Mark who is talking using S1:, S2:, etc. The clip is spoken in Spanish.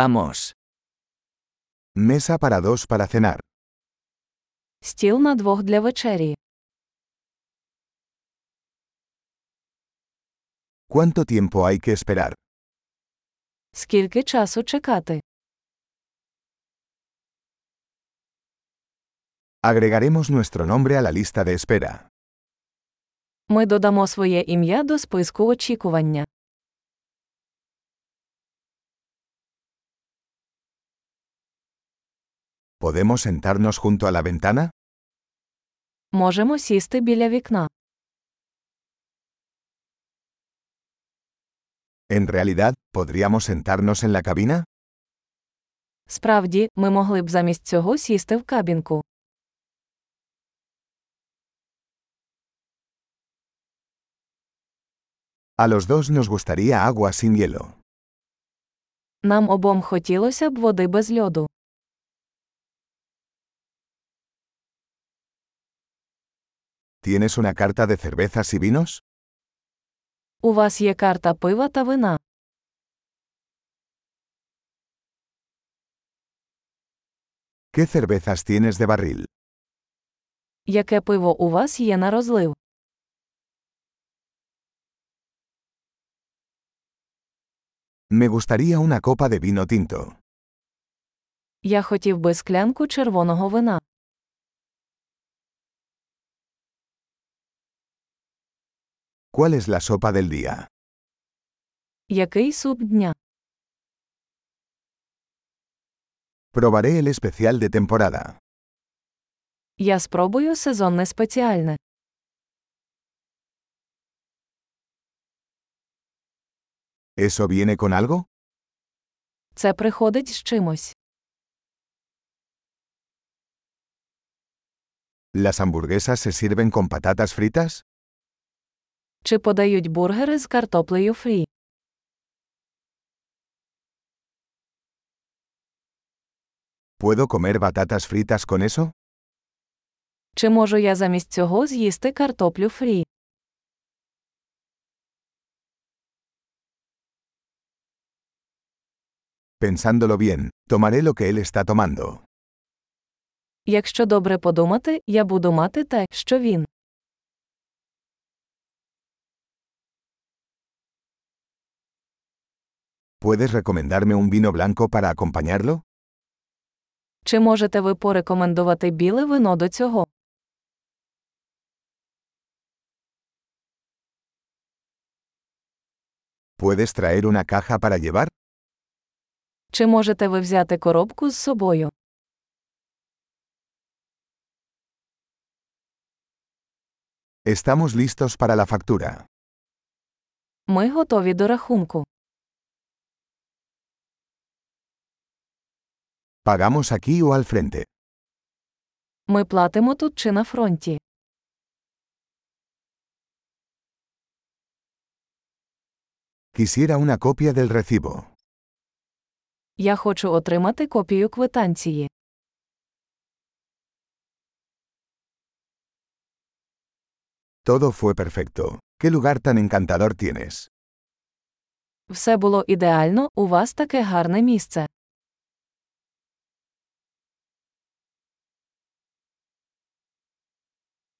S1: Vamos.
S2: Mesa para dos para cenar.
S3: Стіл на двох для вечері.
S2: ¿Cuánto tiempo hay que esperar?
S3: Скільки часу чекати?
S2: Agregaremos nuestro nombre a la lista de espera.
S3: Ми додамо своє ім'я до списку очікування.
S2: ¿Podemos sentarnos junto a la ventana?
S3: Можемо сісти біля вікна.
S2: En realidad, ¿podríamos sentarnos en la cabina?
S3: Справді, ми могли б замість цього сісти в кабінку.
S2: A los dos nos gustaría agua sin hielo.
S3: Нам обом хотілося б води без льоду.
S2: ¿Tienes una carta de cervezas y vinos?
S3: У вас є карта пива та вина.
S2: ¿Qué cervezas tienes de barril?
S3: Яке пиво у вас є на розлив?
S2: Me gustaría una copa de vino tinto.
S3: Я хотів би склянку червоного вина.
S2: ¿Cuál es la sopa del día?
S3: Який суп дня?
S2: Probaré el especial de temporada.
S3: Я спробую сезонне спеціальне.
S2: ¿Eso viene con algo?
S3: Це приходить з чимось.
S2: ¿Las hamburguesas se sirven con patatas fritas?
S3: Чи подають бургери з картоплею фрі?
S2: ¿Puedo comer batatas fritas con eso?
S3: Чи можу я замість цього з'їсти картоплю фрі?
S2: Pensándolo bien, tomaré lo que él está tomando.
S3: Якщо добре подумати, я буду мати те, що він.
S2: ¿Puedes recomendarme un vino blanco para acompañarlo?
S3: Чи можете ви порекомендувати біле вино до цього?
S2: ¿Puedes traer una caja para llevar?
S3: Чи можете ви взяти коробку з собою?
S2: Estamos listos para la factura.
S3: Ми готові до рахунку.
S2: ¿Pagamos aquí o al frente?
S3: Ми платимо тут чи на фронті.
S2: Quisiera una copia del recibo.
S3: Я хочу отримати копію квитанції.
S2: Todo fue perfecto. ¿Qué lugar tan encantador tienes?
S3: Все було ідеально, у вас таке гарне місце.